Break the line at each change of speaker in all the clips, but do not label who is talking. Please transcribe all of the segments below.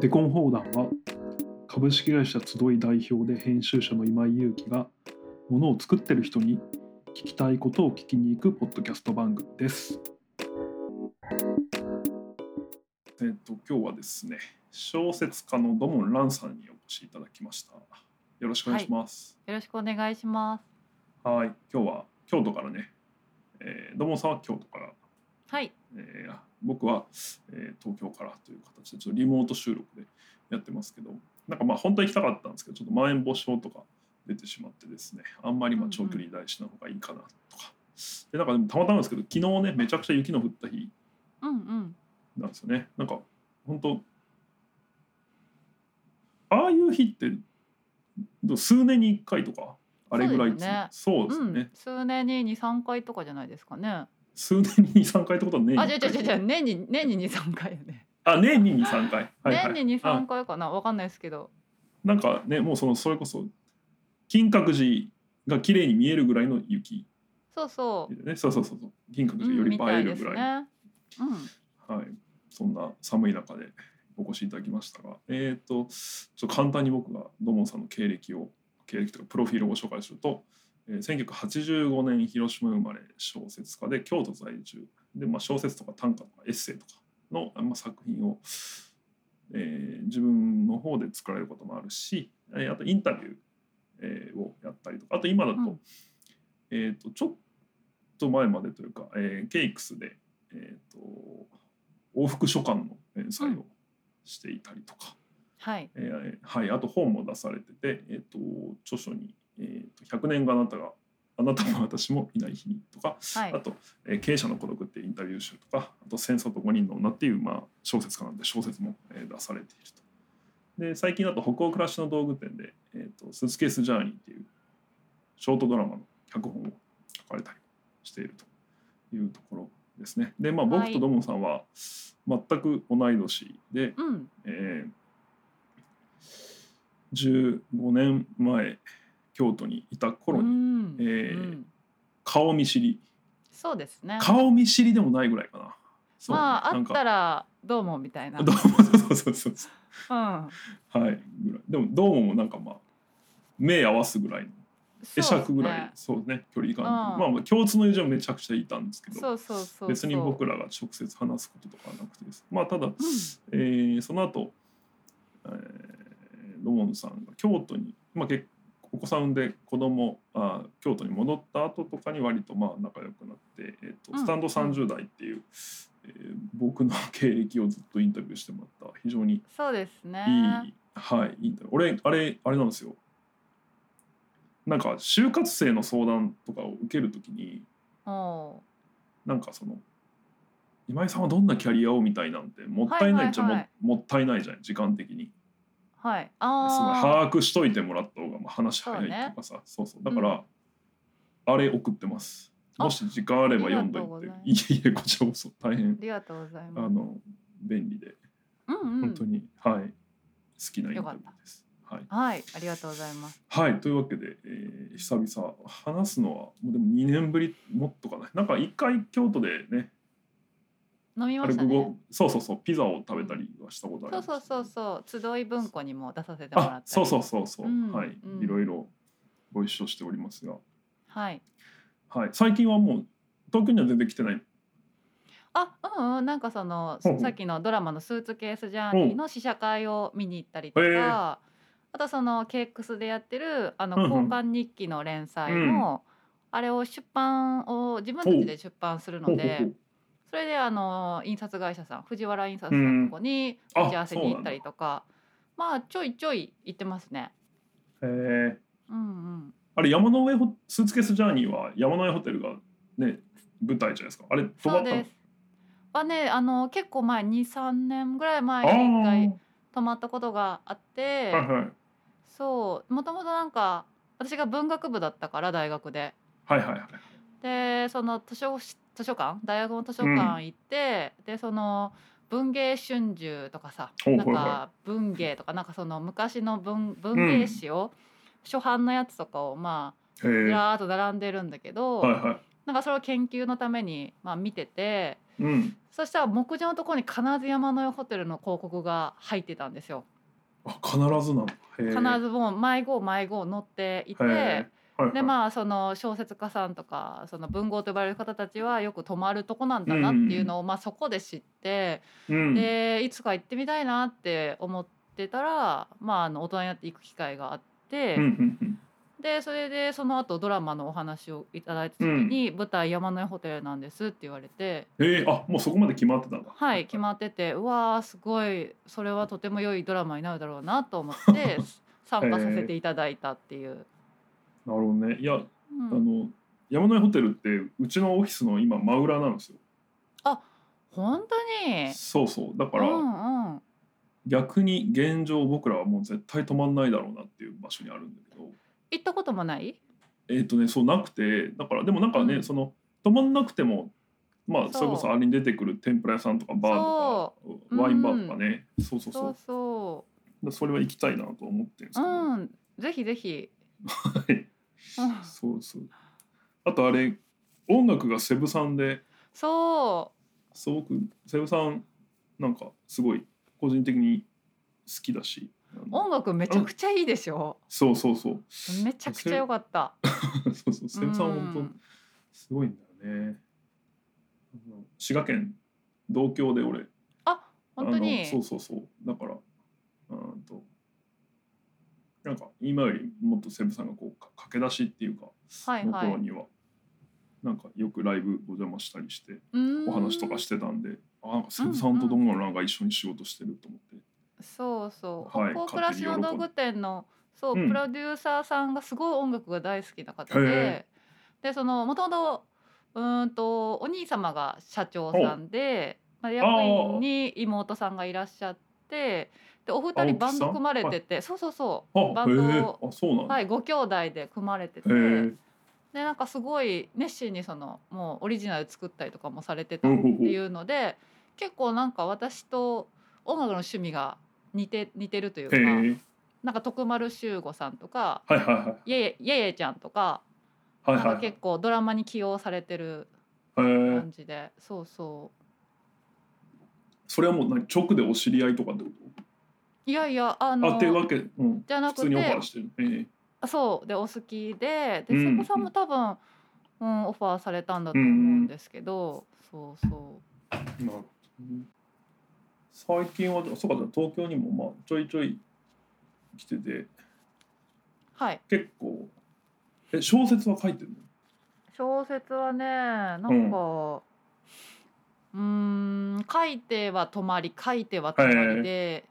デコン砲弾は株式会社集い代表で編集者の今井裕樹がものを作ってる人に聞きたいことを聞きに行くポッドキャスト番組です。えっと今日はですね小説家の土門蘭さんにお越しいただきました。よろしくお願いします。
よろしくお願いします。
はい今日は京都からね、えー、土門さんは京都から、
はい、
えー僕は、えー東京からという形でちょっとリモート収録でやってますけどなんかまあ本当は行きたかったんですけどちょっとまん延防止法とか出てしまってですねあんまりまあ
うんうん
長距離大事な方がいいかなとか、でなんかでもたまたまですけど昨日ねめちゃくちゃ雪の降った日
うんうん、
なんですよねなんか本当ああいう日ってどう数年に1回とかあれぐらいそうですよ
う
ね
ん、数年に二三回とかじゃないですかね。あ、
数年に23回ってことは年に
違う
一
違う
回
違う、年に年に二三回よね。
あ年に23回、 はいはい、
年に二三回かな、わかんないですけど。
なんかねもうそのそれこそ金閣寺が綺麗に見えるぐらいの雪
そうそう、
でねそうそうそうそう金閣
う
寺より
ん、
映
みた
え
い
る
で
ぐ
す
らい,、
ね。うん、
はい、そんな寒い中でお越しいただきましたがえっ、とちょっと簡単に僕が土門さんの経歴を経歴というかプロフィールをご紹介すると、えー1985年広島生まれ小説家で京都在住で、まあ、小説とか短歌とかエッセイとかの、まあ、作品を、えー自分の方で作られることもあるし、えーあとインタビュー、えーをやったりとかあと今だと,、
うん
えー、とちょっと前までというか、えーケイクスで、えー、と往復書簡の連載をしていたりとか。
はい、
えーはい、あと本も出されてて、えー、と著書に、えーと「100年後あなたがあなたも私もいない日に」とか、
はい
あと、えー経営者の孤独」っていうインタビュー集とかあと「戦争と5人の女」っていう、まあ、小説家なんで小説も、えー出されていると。で最近だと北欧暮らしの道具店で「えー、とスーツケース・ジャーニー」っていうショートドラマの脚本を書かれたりしているというところですね。でまあ僕
は
と
い
土門さんは全く同い年で、
うん、
えー、15年前京都にいた頃
う
に
ん、
えー
うん
顔見知り
そうですね。
顔見知りでもないぐらいかな。そう
まあ、
な
あ
ん
っ
か
たら、どうもみたいな。う
ど
ん、
うもそうそうそうそ
そう
うはいぐらいでもどうもなんかまあ目合わすぐらいの会
です
釈ぐらい
ね。
そうね距離感、
うん
まあまあ共通の友人はめちゃくちゃいたんですけど
そうそうそうそう。
別に僕らが直接話すこととかはなくてですまあただ、えーその後、えーロモンさんが京都に、まあ、結お子さん産んで子供あー京都に戻った後とかに割とまあ仲良くなって、えーと
うん
スタンド30代っていう、えー僕の経歴をずっとインタビューしてもらった非常にいい、
そうですね。
はいインタビュー俺あれあれなんですよなんか就活生の相談とかを受けるときに
おう
なんかその今井さんはどんなキャリアをみたいなんてもったいないっちゃも,、
はいはいはい
もったいないじゃん時間的に。
はい。
すごい
ああ、
把握しといてもらった方がまあ話早いとかさそう,、そうだから、あれ送ってます
あ
もし時間あれば読んどいて
あ
い
り
えいえこちらこそ大変
ありがとうござい
あ
ます。
の便利で
うんう
本
ん
当。に、はい好きなインタビューですはい、
はい、ありがとうございます。
はい、というわけで、えー久々話すのはもうでも2年ぶりもっとかななんか一回京都でね
飲みま
軽
した
く
ね
ご。そうそうそうピザを食べたりはしたことあり
そう
ます
そうそうそう、集い文庫にも出させてもらった
あ
り。
そうそうそうそう、
うん
はい、
うん
いろいろご一緒しておりますが
はい。
はい、最近はもう東京には全然来てない。
あ、うんうん、なんかその、
ほうほう
さっきのドラマのスーツケースジャーニーの試写会を見に行ったりと
へえ
か。あとそのケックスでやってる、あの
うんうん
交換日記の連載の。あれを出版を自分たちで出版するので。それであの印刷会社さん藤原印刷さんのとこに
うんあ
打ち合わせに行ったりとか、まあちょいちょい行ってますね。
えー、
うんうん、
あれ山の上ホスーツケースジャーニーは山の上ホテルがね舞台じゃないですか。あれ止
そ
ま
う
ったの
で。す。はねあの結構前23年ぐらい前
あ
に一回泊まったことがあ
あ
って
はいはい
そうもともとなんか私が文学部だったから大学で
はいはいはい。
でその図書室図書館大学の図書館行って、でその文芸春秋とかさ
ほう
なん
ほうほう
か文芸とかなんかその昔の文文芸誌を、初版のやつとかをま
へ
あず
ー
らーっと並んでるんだけど、
はいはい。
なんかそれを研究のために、まあ、見てて
うん。
そしたら目次のところに必ず山のよホテルの広告が入ってたんですよ。
あ、必ずなの。
必
ず。
ずもう毎号毎号載ってい
へえ。
て
はいはい。
でまあその小説家さんとかその文豪と呼ばれる方たちはよく泊まるとこなんだなっていうのを、まあ、そこで知って、
うん。
でいつか行ってみたいなって思ってたら、まあ、あの大人になって行く機会があって、
うんうんうん。
でそれでその後ドラマのお話をいただいた時に「舞台山の絵ホテルなんです」って言われて。
ええあ、もうそこまで決まってたんだ。
はい決まっててうわーすごいそれはとても良いドラマになるだろうなと思って 参加させていただいたっていう。
なるほどね。いや、
うん
あの山の井ホテルってうちのオフィスの今真裏なんですよ。
本当に
そうそう。だから、
うんうん、
逆に現状僕らはもう絶対止まんないだろうなっていう場所にあるんだけど。
行ったこともない
えっ、とねそうなくてだからでもなんかね、
うん
その止まんなくてもまあ
そう
それこそあれに出てくる天ぷら屋さんとかバーと
そ
か
う
ワインバーとかね、そうそうそう
そうそ
だそれは行きたいなと思ってるんです
う
けど、
うんぜひぜひ、
い
うん、
そうそうあとあれ音楽がセブさんで
そ
すごくセブさんなんかすごい個人的に好きだしあ
う
の
音楽めちゃくちゃいいでしょ
そうそうそう
めちゃくちゃ良かった
そうそうセブさん本当、
うん
すごいんだよねあの滋賀県同郷で俺
あ本当
あ
に
のそうそうそうだからうーんとなんか今よりもっとセブさんがこうか駆け出しっていうか、
はい
の
はい
頃にはなんかよくライブお邪魔したりして
うん
お話とかしてたんで、あなんかセブさんとどんどんなんか一緒に仕事してると思って、
そうそう
はい
北欧暮らしの道具店のそうプロデューサーさんがすごい音楽が大好きな方
へ
ででそのもともとうーんとお兄様が社長さんで、まあ、役員に妹さんがいらっしゃってでお二
青
人
木さ
バ
ん
ンド組まれてて、そうそうそう
あ
バ
へ
ンド
え
を、
あそうなんだ、
はい、ご兄弟で組まれてて
へえ
でなんかすごい熱心にそのもうオリジナル作ったりとかもされてたっていうので結構なんか私と音楽の趣味が似て似てるというか
へえ
なんか徳丸修吾さんとか
はいはいはい
イエイエイエちゃんとか
はい
なん
はいは
か
いへ
結構ドラマに起用されてる
え
感じでそうそう
それはもう何直でお知り合いとかってこ
いやいやあ
とあ
の
っていうわけ、うん、
じゃな
普
く
通にオファ
て
ーしてる、え
そうでお好きでで
うん
瀬古さんも多分、うん、オファーされたんだと思うんですけど、そうそう
えなるほど最近はそうかじゃあ東京にもまあちょいちょい来てて
はい
結構え小説は書いてるの
小説はねなんかうーん書いては止まり書いては止まりで、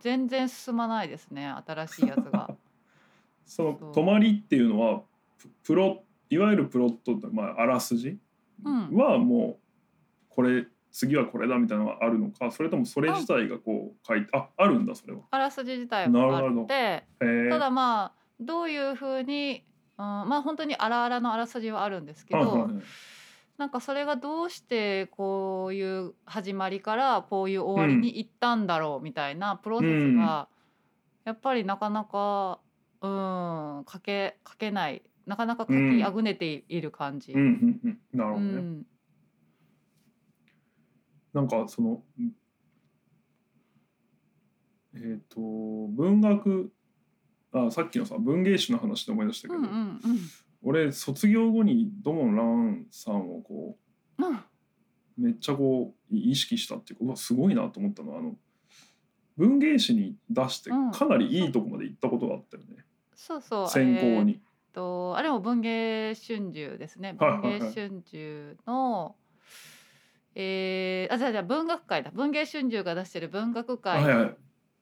全然進まないですね新しいやつ が
その
そう
「止まり」っていうのはププロいわゆるプロットって、まあ、あらすじ
うん
はもうこれ次はこれだみたいなのがあるのかそれともそれ自体がこう書いてああるんだそれは。
あらすじ自体もあ
なる
っ
ほ
て
へえ
ただまあどういうふうに、うん、まあ本当に荒々のあらすじはあるんですけ
はいは
ど
いはい
なんかそれがどうしてこういう始まりからこういう終わりに行ったんだろうみたいなプロセスがやっぱりなかなかうん書け書けないなかなか書きあぐねている感じ。
うんうんうんなる
う
ほどね。
ん
なんかそのうんえっ、と文学あさっきのさ文芸誌の話で思い出したけ
う
ど、
んうんう
俺卒業後にドモン・ランさんをこ
んうん
うめっちゃこうい意識したっていうかうわすごいなと思ったのはあの文芸誌に出して
うん
かなりいいとこまで行ったことがあったよね、
そうそう
選考に。
えーとあれも文藝春秋ですね
はいは
文
いはい
藝春秋のえーあじゃあじゃあ文学界だ文藝春秋が出してる文学界
はいは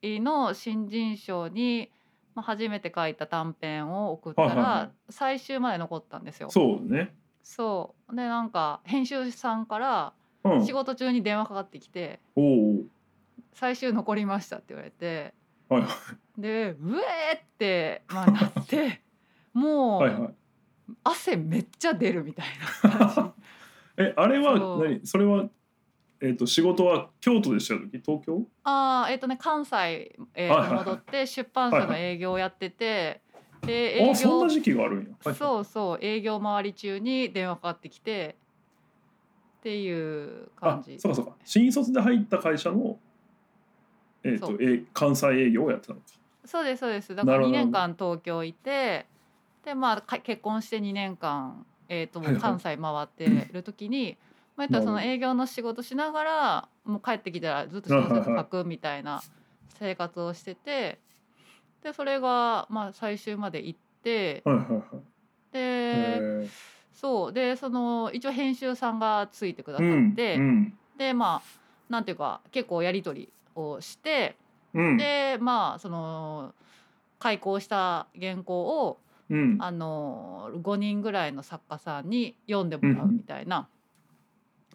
い
の新人賞に、まあ、初めて書いた短編を送った
はいはいは
ら最終まで残ったんですよ。
そうね。
そうでなんか編集さんから
うん、
仕事中に電話かかってきて
おう
「最終残りました」って言われて
おうはいは
で「うえ!」って、まあ、なって も
いはいうはい。
汗めっちゃ出るみたいな感 じ
えあれは
そう
何それは、えー、と仕事は京都でした時東京
あーえっ、とね関西え
はいはいは
ー
い
戻って出版社の営業をやっててで営
あそん
業
な時期があるんや。はい
そうそう営業回り中に電話かかってきてっていう
あ
感じ
そうかそうか新卒で入った会社の、えー、
そ
と
う
え関西営業をやってたのか
そうですそうですだか
なる
ら
ほ
2
ど
年間東京いてでまあか結婚して2年間、えー、と
はいはい
関西回ってる 時に、まあ、言ったらその
なるほ
営業の仕事しながらもう帰ってきたらずっと小説書くみたいな生活をしててでそれがまあ最終まで行って
はいはいはい
で
え
そうでその一応編集さんがついてく
う
ださっ
ん
て、
うん
でまあなんていうか結構やり取りをして、
うん
でまあその開講した原稿を
うん
あの5人ぐらいの作家さんに読んでもらうみたいな、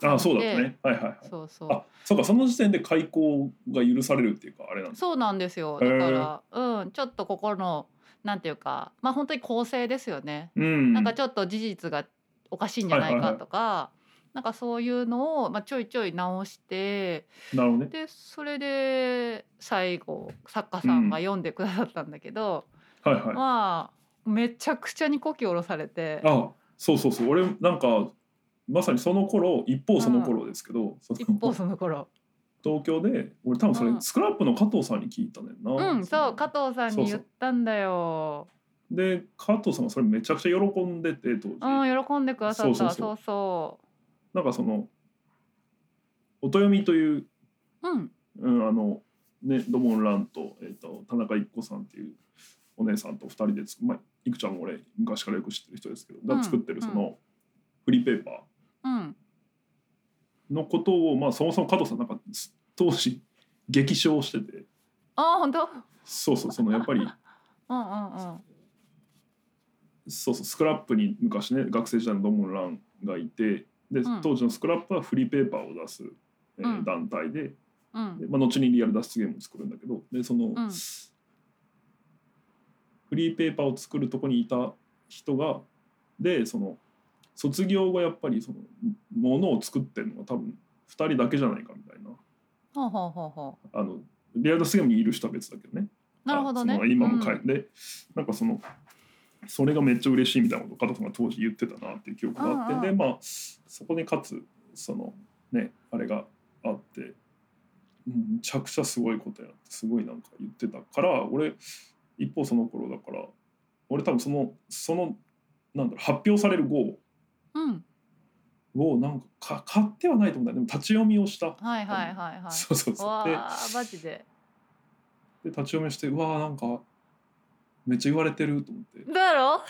あそうだったねはいはいはい
そうそう
あそうかその時点で開口が許されるっていうかあれなんです
そうなんですよだから、うんちょっとここのなんていうかまあ本当に構成ですよね、
うん
なんかちょっと事実がおかしいんじゃないかとか、なんかそういうのを、まあ、ちょいちょい直して
なるほどね
でそれで最後作家さんが読んでくださったんだけど、
はいはい
まあめちゃくちゃにこき下ろされて
あそうそうそう俺なんかまさにその頃一方その頃ですけど、その
一方その頃
東京で俺多分それ、
うん
スクラップの加藤さんに聞いたねんな、
うんそう加藤さん
そう
に
そう
言ったんだよ
で加藤さんがそれめちゃくちゃ喜んでて当時、
うん喜んでくださった
そうそう
そ
そう
うそ
なんかその音読みという、
ううん
うん、あのね土門蘭と,、えー、と田中一子さんっていうお姉さんと二人でつく、まあ、いくちゃんも俺昔からよく知ってる人ですけど、
うん
が作ってるそのフリーペーパー、
うん
のことを、まあ、そもそも加藤さんなんか当時激賞してて
あ本当
そうそうそのやっぱ り
うんうんうん
そうそうスクラップに昔ね学生時代のドモンランがいてで、
うん
当時のスクラップはフリーペーパーを出す、えー
うん
団体で
う
で
ん
まあ、後にリアル脱出ゲームを作るんだけどでその、
ん
フリーペーパーを作るとこにいた人がでその卒業後やっぱりそのものを作ってるのが多分2人だけじゃないかみたいな
ほうほうほうほ
あのリアル脱出ゲームにいる人は別だけどね
うなるほどね
あその今も書
う
い
ん
て、でなんかそのそれがめっちゃ嬉しいみたいなことを加藤さんが当時言ってたなっていう記憶があって
うんうん
でまあそこにかつそのねあれがあってうんむちゃくちゃすごいことやってすごいなんか言ってたから俺一方その頃だから俺多分そのそのなんだろう発表される号
うん
をなんかか買ってはないと思うんだよでも立ち読みをした。
はいはいはいはい
そうそうそう
わ
で
あマジで
で立ち読みしてうわーなんかめっちゃ言われてると思って
どうやろ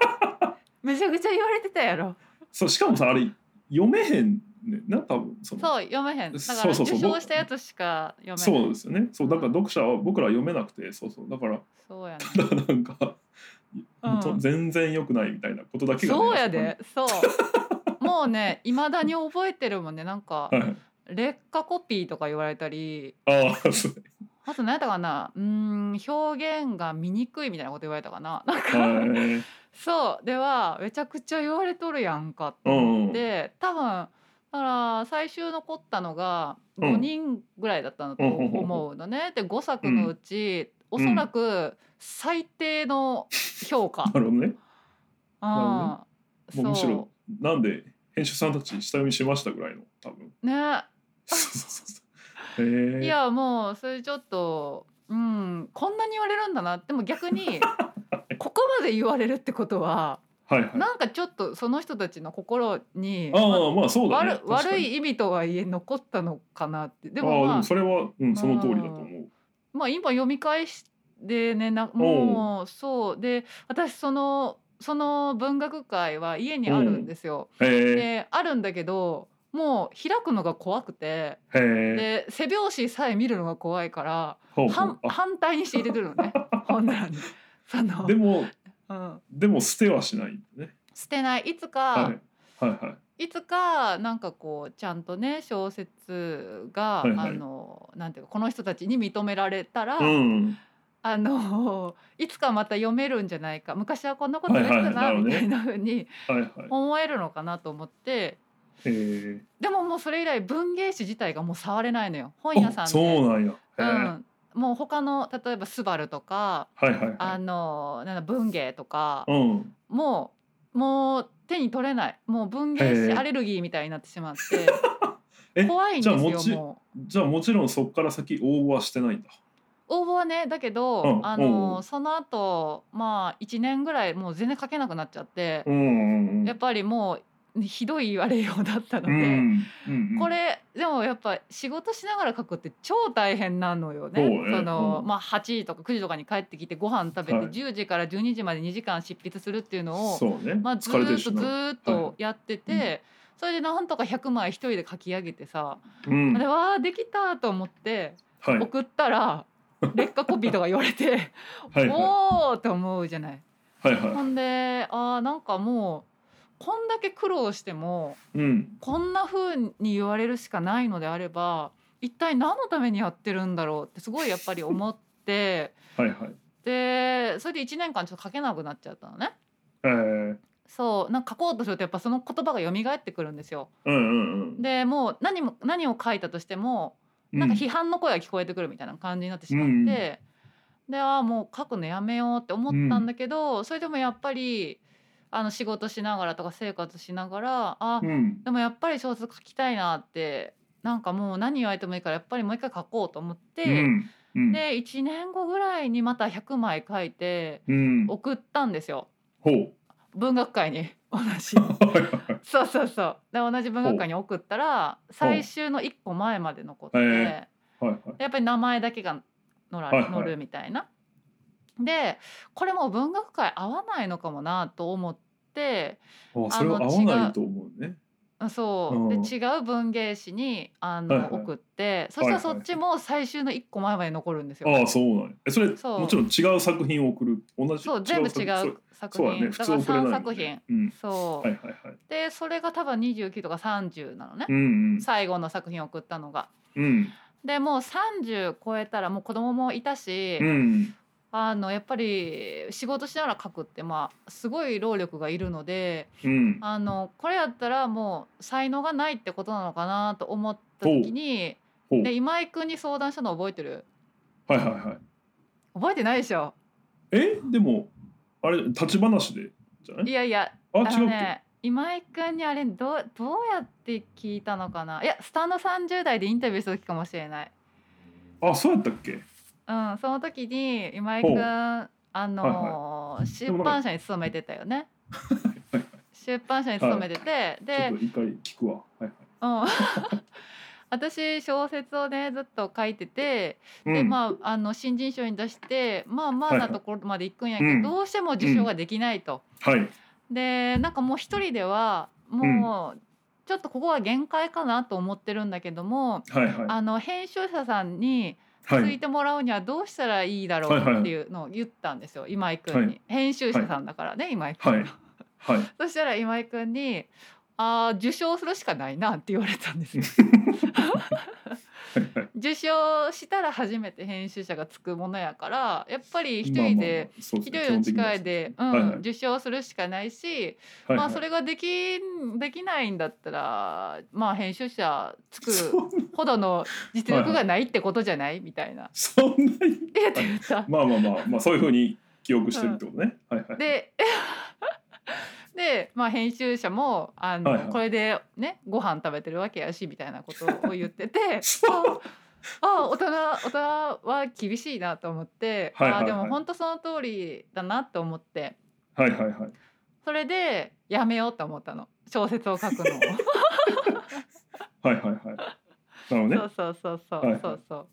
めちゃくちゃ言われてたやろ
そうしかもさあれ読めへんねんな多分その
そう読めへんだか
そ
ら
うそう
受
そう
賞したやつしか読めへん
そうですよねそうだから読者は僕らは読めなくてそうそうだから
そうやね
ただなんか、
うん
と全然良くないみたいなことだけがね、
そうやでそう もうねいまだに覚えてるもんねなんか
そこにはい
劣化コピーとか言われたり
ああ そう
あと何やったかなうーん表現が醜いみたいなこと言われたかななんか、
はい
そうではめちゃくちゃ言われとるやんか
う
と
んうん
で多分だから最終残ったのが
うん
5人ぐらいだったのと思うのね、で5作のうち、
ん
おそらく最低の評 価、
なるほどね
ああ
もうむしろ
そ
なんで編集さんたち下読みしましたぐらいの多分
うね
そうそうそうそうへえ
いやもうそれちょっとうんこんなに言われるんだなでも逆 にここまで言われるってことは
はいはい
なんかちょっとその人たちの心に、
ああまあそうだね
悪悪
い
い意味とはいえ残ったのかなってで
で
も
も,、ああで
まあ
もそれは、うん、その通りだと思う
まあ、今読み返してねなもうそうで私そのその文学会は家にあるんですよ。
へえ
であるんだけどもう開くのが怖くて
へえ
で背表紙さえ見るのが怖いから
ほうほう
反反対にして入れてるの ね本棚に。そ
あ
の
でも
うん、
でも捨てはしないんだね。
捨てないいつか、
はいはいはい。
いつかなんかこうちゃんとね小説が、
はいはい
あのなんていうかこの人たちに認められたら、
うん。
あのいつかまた読めるんじゃないか昔はこんなこと言ってた
は
な
はいなる
い
ほど
み
ね
たいな風に
はいはい。
思えるのかなと思って
えー、
でももうそれ以来文芸誌自体がもう触れないのよ本屋さん
あ
で。
そうなんや。へ
う
ー
んもう他の例えば「スバルとか
はいはいは
あ
い。
のなんだ文芸とか
うん。
もうもう手に取れないもう文芸
へ
誌
え
アレルギーみたいになってしまっ
え
て怖いん
じゃあ
で
も
す
ち
よもう。
じゃあもちろんそこから先応募はしてないんだ。
応募はねだけど、
うん
あ
おう
のその後まあ1年ぐらいもう全然書けなくなっちゃって
う、んうんうん
やっぱりもうひどい言われようだったの
う
で、
んうんうん
これでもやっぱ仕事しながら書くって超大変なのよね。
そうね
その
うん
まあ8時とか9時とかに帰ってきてご飯食べて、
はい
10時から12時まで2時間執筆するっていうのを
そうね、
まあ、ず
疲れ
ー
てる
っと
し
ず
な
ーっ
はい
とやってて、
うん
それでなんとか100枚一人で書き上げてさ、
うん
あれわーできたと思って
はい
送ったら劣化コピーとか言われて
はいは
おーと思うじゃない。
いはい
ほ
は
んであーなんかもうこんだけ苦労しても
いうん
こんな風に言われるしかないのであれば一体何のためにやってるんだろうってすごいやっぱり思って。
はいはい
でそれで1年間ちょっと書けなくなっちゃったのね。
えー
そうなんか書こうとするとやっぱその言葉が蘇ってくるんですよ。
うんうんうん
でもう何も何を書いたとしてもなんか批判の声が聞こえてくるみたいな感じになってしまって、
うんうん
でああもう書くのやめようって思ったんだけど、それでもやっぱりあの仕事しながらとか生活しながらあ
うんうん
でもやっぱり小説書きたいなってなんかもう何言われてもいいからやっぱりもう一回書こうと思って、
うんうん
で1年後ぐらいにまた100枚書いて
うんほ
送ったんですよ
う
文学界に同じ。
はいはい
そうそうそうで同じ文学館に送ったら最終の一個前まで残って、
へえはいはい
やっぱり名前だけが載ら、
はいはい
載るみたいな。でこれもう文学界合わないのかもなと思って
あそれは合わないと思うね
あそ
う
う
ん
で違う文芸誌にあの、
はいはい
送ってそしたら
はいはい
そっちも最終の一個前まで残るんですよ。
ああそうなんやえそれ
そう
もちろん違う作品を送る同じ
そう全部違う
作
作
そうそうだ
品
ね
だ,、
普通
か
送れな
ら
い
3
もんね
作品。
うん
そう、
はいはいはい
でそれが多分29とか30なのね、
うん
最後の作品を送ったのが。
うんうん
でもう30超えたらもう子供もいたし、
うん
あのやっぱり仕事しながら書くってまあすごい労力がいるので
うん
あのこれやったらもう才能がないってことなのかなと思った時に
ほう
で今井君に相談したの覚えてる
はいはいはい
覚えてないでしょ
えでもあれ立ち話でじゃない
いやいや
あ
あ
違
の
うっけ
ね今井君にあれどうどうやって聞いたのかないやスタンド30代でインタビューした時かもしれない。
あそうやったっけ
うん、その時に今井くん、
ほう
あのー出版社に勤めてたよ ね。出版社に勤めてて、
ちょ
で
っ、と一回聞くわはいはい
うん 私小説をねずっと書いてて、
うん
でまああの新人賞に出してまあまあ
はいは
ないところまで行くんやけど、
うん
どうしても受賞ができないと。
はい
でなんかもう一人ではもう、ちょっとここは限界かなと思ってるんだけども、
はいはい
あの編集者さんに
は
つい
い
てもらうにはどうしたらいいだろう
はいはい
っていうのを言ったんですよ今井君に、
は
編集者さんだからね、今井君、
はいはい
そしたら今井君に「あー受賞するしかないな」って言われた んですよ
はいはい
受賞したら初めて編集者がつくものやからやっぱり一人で
一
一人の力で、うん
はいはい
受賞するしかないし、まあそれができんできないんだったらまあ編集者つく
そんな
ほどの実力がないってことじゃないみたいな。
そんなに
えって言った。
まあまあまあまあそういうふうに記憶してるってことね、はいはい
で で、まあ、編集者もあの、
はいはい
これでねご飯食べてるわけやしみたいなことを言ってて
そう
ああ大人大人は厳しいなと思って、
はいはいはい
ああでも本当その通りだなと思って
はいはいはい
それでやめようと思ったの小説を書 くのを
はいはいはいなるほどね
そうそうそうそう、
はいはい
そうそう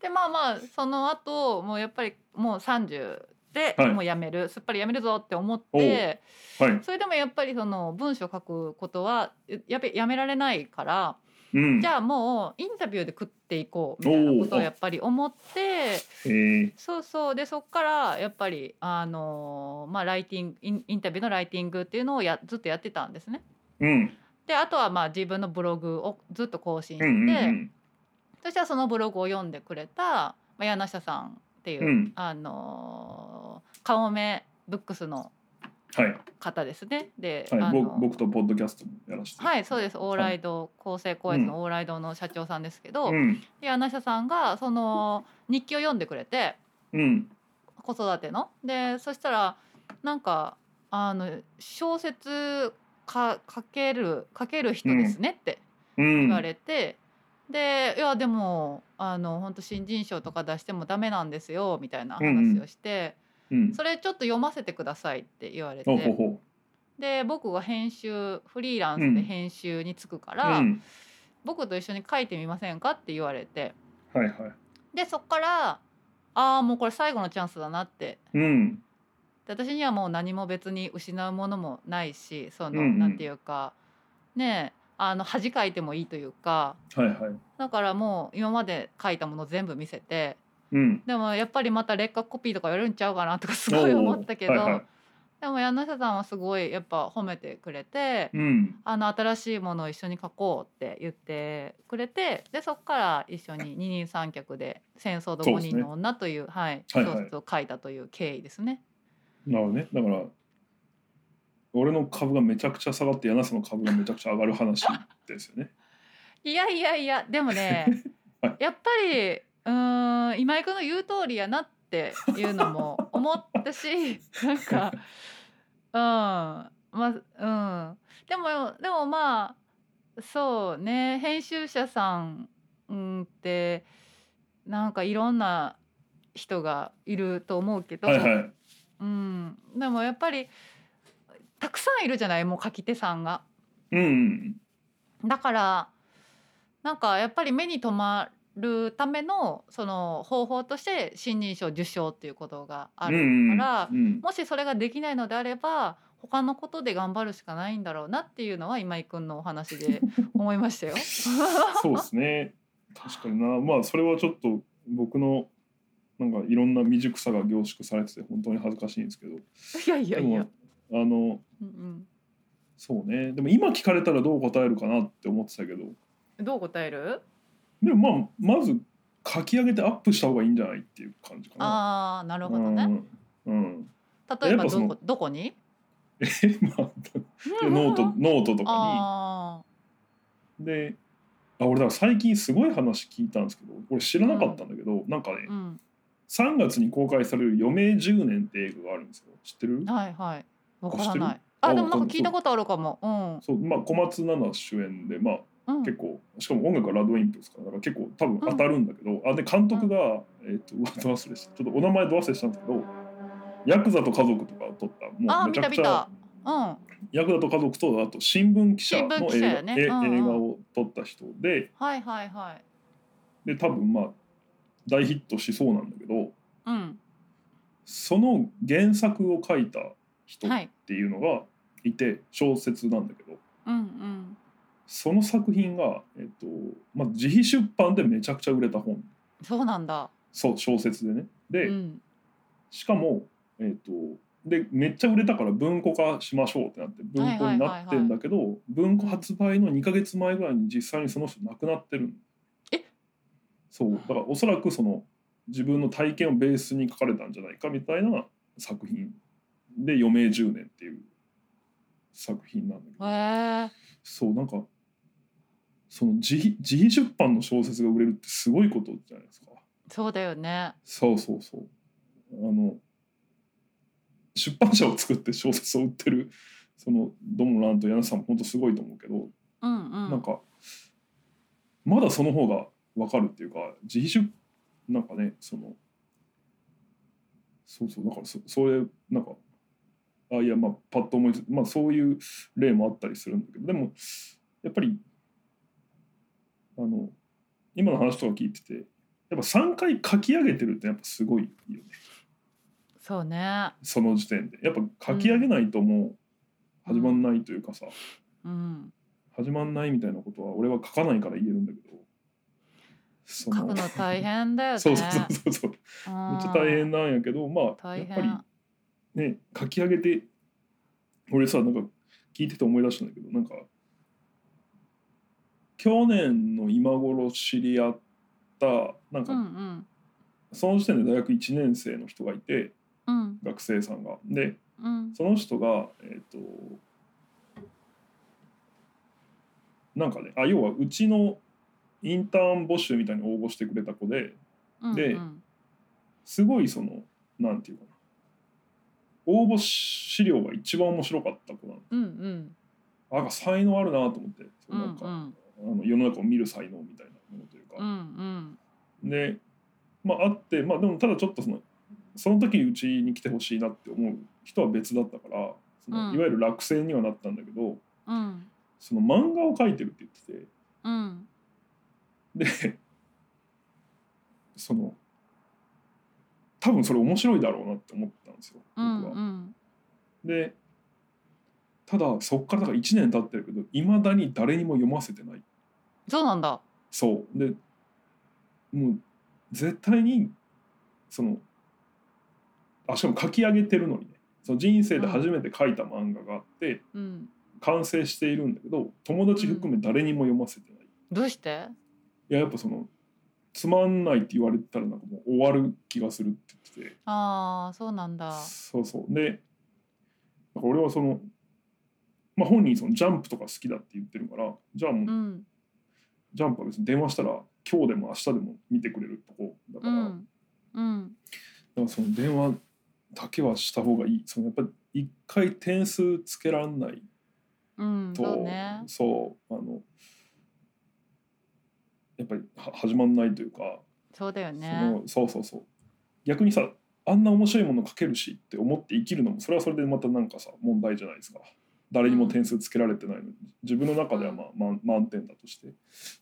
でまあまあその後もうやっぱりもう30で、
はい
もうやめるすっぱりやめるぞって思っ
お
て。
はい
それでもやっぱりその文章書くことはややべやめられないから、
うん
じゃあもうインタビューで食っていこうみたいなことをやっぱり思って
えー、
そうそうでそっからやっぱりあのーまあライティングインインタビューのライティングっていうのをやずっとやってたんですね。
うん
であとはまあ自分のブログをずっと更新し
う
て、
んうんうん
そしたらそのブログを読んでくれた、まあ、柳下さんっていう、
うん
あのー、顔目ブックスの
はい
方ですね。で、
は
あ
い
のー
僕僕とポッドキャストもやらせて
はいそうです往
は
来
い
堂厚生公園の往来堂の社長さんですけど、
うん
で柳下さんがその日記を読んでくれて
うん
子育ての。でそしたらなんかあの小説かかけるかける人ですねって
うん
言われて、でいやでもあの本当新人賞とか出してもダメなんですよみたいな話をして、
うん
それちょっと読ませてくださいって言われて、
ほうほうほ
で僕が編集フリーランスで編集に就くか
う
ら、
うん
僕と一緒に書いてみませんかって言われて
はいはい
でそっからああもうこれ最後のチャンスだなって
うん
で私にはもう何も別に失うものもないしその、
うんうん
なんていうかねえあの恥かいてもいいというか
はいはい
だからもう今まで書いたもの全部見せて
うん
でもやっぱりまた劣化コピーとかやるんちゃうかなとかすごい
おー
思ったけど、
はいはい
でも柳下さんはすごいやっぱ褒めてくれて。
うん
あの新しいものを一緒に書こうって言ってくれてでそこから一緒に二人三脚で「戦争と
そう
5
ですね
人の女」というはい、
はいはい
小説を書いたという経緯ですね。
なるほどねだから俺の株がめちゃくちゃ下がって柳瀬の株がめちゃくちゃ上がる話ですよね
いやいやいやでもね、
はい
やっぱりうーん今井君の言う通りやなっていうの も思ったしなんかうんまあうんでもでもまあそうね編集者さんうんってなんかいろんな人がいると思うけ ど、
はいはい
うん、でもやっぱりたくさんいるじゃないもう書き手さんが。
うんうん
だからなんかやっぱり目に留まるためのその方法として新人賞受賞っていうことがあるから、
うんうん
もしそれができないのであれば他のことで頑張るしかないんだろうなっていうのは今井くんのお話で思い ましたよ。
そうですね確かになまあそれはちょっと僕のなんかいろんな未熟さが凝縮されてて本当に恥ずかしいんですけど
いやいやい
で。
や
もあの
うん
そうねでも今聞かれたらどう答えるかなって思ってたけど
うん、どう答える
でもまあまず書き上げてアップした方がいいんじゃないっていう感じかな。
ああなるほどね。
うん、うん、
例えば
やっぱそ
ど
の
こどこに
えまあノー トノートとか
あ
にであ俺だから最近すごい話聞いたんですけど俺知らなかったんだけど、なんかね、
あうん
3月に公開される「余命10年」って映画があるんですよ知ってる
はいはいわから
知っ
な
て
い。あ
あ
でもなん
わか
か
んない
聞いたことあるかも。
そう、まあ、小松菜奈主演で、まあ、
うん。うん、
結構しかも音楽はラドウィンプですからだから結構多分当たるんだけど、あで監督が、えっと うわど忘れしたちょっとお名前ど忘れしたんですけど「ヤクザと家族」とかを撮った
あ
も
あ
うめ
見
ち
た
ゃく
見
ちゃ
た。うん。
ヤクザと家族とあと新聞記者
新聞
の
記
映
者
画,え、
よねうんうん
映画を撮った人で
はいはいはい。
で多分まあ大ヒットしそうなんだけど
うん。
その原作を書いた人っ
はい。
ていうのがいて、小説なんだけど
うんうん。
その作品が、えっとまあ、自費出版でめちゃくちゃ売れた本
そうなんだ。
そう小説でね
う
で、
ん。
しかも、えー、とでめっちゃ売れたから文庫化しましょうってなって文庫になってんだけど、文庫発売の2か月前ぐらいに実際にその人亡くなってるの
え
そうだからおそらくその自分の体験をベースに書かれたんじゃないかみたいな作品で「余命10年」っていう作品なんだけ
へ
ど、
え。
そうなんかその自費自費出版の小説が売れるってすごいことじゃないですか。
そうだよね。
そうそうそうあの出版社を作って小説を売ってるそのドモランと柳さんも本当すごいと思うけど、
うんうん。
なんかまだその方が分かるっていうか自費出なんかねそのそうそうだからそそれなんかあいやまあパッと思いつまあそういう例もあったりするんだけどでもやっぱりあの今の話とか聞いててやっぱ3回書き上げてるってやっぱすごいよね
そうね。
その時点でやっぱ書き上げないともう始まんないというかさ、
うん。
始まんないみたいなことは俺は書かないから言えるんだけどそ
書くの大変だよ ね。
そうそうそうそうめ
うん
っちゃ大変。なんやけどまあや
大
っぱ
変。
りね書き上げて俺さなんか聞いてて思い出したんだけどなんか去年の今頃知り合ったなん
う
か、
んうん。
その時点で大学1年生の人がいて
うん
学生さんが。で
うん。
その人が、えっとなんかねあ要はうちのインターン募集みたいに応募してくれた子で
うん
で
うん
すごいそのなんていうかな応募資料が一番面白かった子なの
うんうん。
あなんか才能あるなと思ってそ
うん
の
う
なんか、
ん
あの世の中を見る才能みたいなものというか、
うん
でまああってまあでもただちょっとそのその時うちに来てほしいなって思う人は別だったからその、
うん
いわゆる落選にはなったんだけど
うんうん
その漫画を描いてるって
うん
言っててでその多分それ面白いだろうなって思ったんですよ
う
僕は。
んうん
でただそっからだから1年経ってるけどいまだに誰にも読ませてない
そうなんだ
そうでもう絶対にそのあしかも書き上げてるのにねその人生で初めて書いた漫画があって、
うん
完成しているんだけど友達含め誰にも読ませてない、い
どうして
ややっぱそのつまんないって言われてたらなんかもう終わる気がするって言ってて
ああそうなんだ
そうそうでなんか俺はその、まあ、本人そのジャンプとか好きだって言ってるからじゃあもう
うん
ジャンプは別に電話したら今日でも明日でも見てくれるとこだか
う
ら、だか
んうん
らその電話だけはした方がいいそのやっぱり一回点数つけらんない
うん
と
そうね
そうあのやっぱりは始まんないというか、
そうだよね
そのそうそうそう逆にさあんな面白いもの書けるしって思って生きるのもそれはそれでまたなんかさ問題じゃないですか誰にも点数つけられてないのに、自分の中では、まあ満満点だとして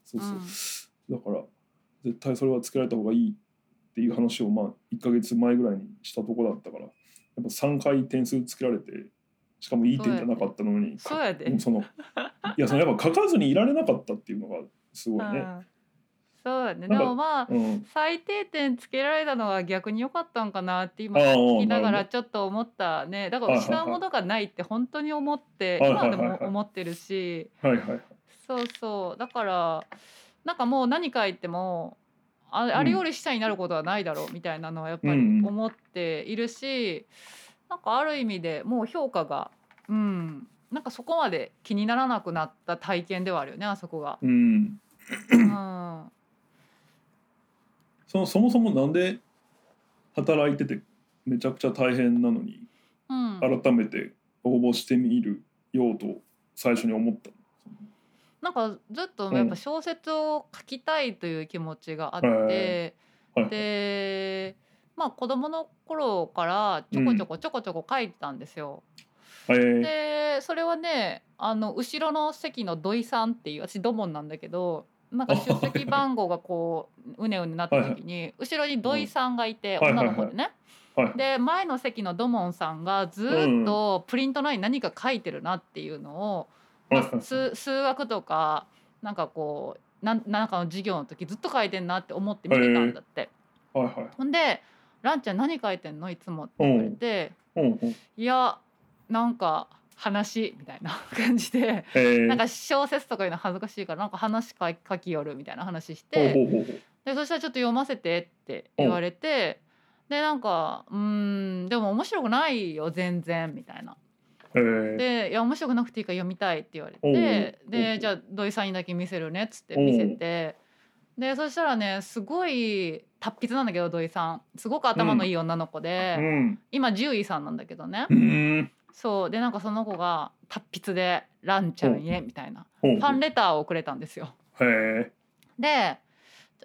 そうそう、だから絶対それはつけられた方がいいっていう話をまあ1ヶ月前ぐらいにしたとこだったからやっぱ3回点数つけられてしかもいい点じゃなかったのに
そうやで
もうそのいやそのやっぱ書かずにいられなかったっていうのがすごいね。
うんそうや
な
ねで
んか
もまあ
うん、
最低点つけられたのは逆に良かったんかなって今
ああ
聞きな
な
が
る
ら
ほ
ちょっと思ったねだから
はいはいはい
失うものがないって本当に思って
はいはいは
今で
いはい
も思ってるし
はいはいはい。
そうそうだからなんかもう何書いてもああれより下になることはないだろうみたいなのはやっぱり
うんうん
思っているしなんかある意味でもう評価がうんなんかそこまで気にならなくなった体験ではあるよねあそ こが。
うん、
うん
そのそもそもなんで働いててめちゃくちゃ大変なのに
うん
改めて応募してみるようと最初に思った
なんかずっと
うん
やっぱ小説を書きたいという気持ちがあって、
への。はい
でまあ子供の頃からちょこちょこちょこちょこ書いてたんですよ。
はい、え
でそれはねあの後ろの席の土井さんっていう私土門なんだけどなんか出席番号がこううねうねなった時に後ろに土井さんがいて
うん
女の子でね。
ーはい、
で前の席の土門さんがずっとプリントの上に何か書いてるなっていうのをま
はいは
あ、
い
数数学とかなんかこうなんなんかの授業の時ずっと書いてんなって思って見てたんだって。
はいはい。
ほんで「ランちゃん何書いてんのいつも」って
うん
言われて
うんうん。
「いやなんか話」みたいな感じで
えー、
なんか小説とかいうの恥ずかしいからなんか話書き書きよるみたいな話し
ほう
て。
ほうほうほう。
でそしたらちょっと読ませてって言われてでなんかうーんでも面白くないよ全然みたいな。
えー、
で「いや面白くなくていいから読みたい」って言われ
おう
て
おう
でじゃあ土井さんにだけ見せるねっつって
おう
見せてでそしたらねすごい達筆なんだけど土井さんすごく頭のいい女の子で、
うん。
今獣医さんなんだけどね、
うん。
そうでなんかその子が達筆で「ランちゃんへ」みたいな
ほう
ファンレターをくれたんですよ。
へえ。
で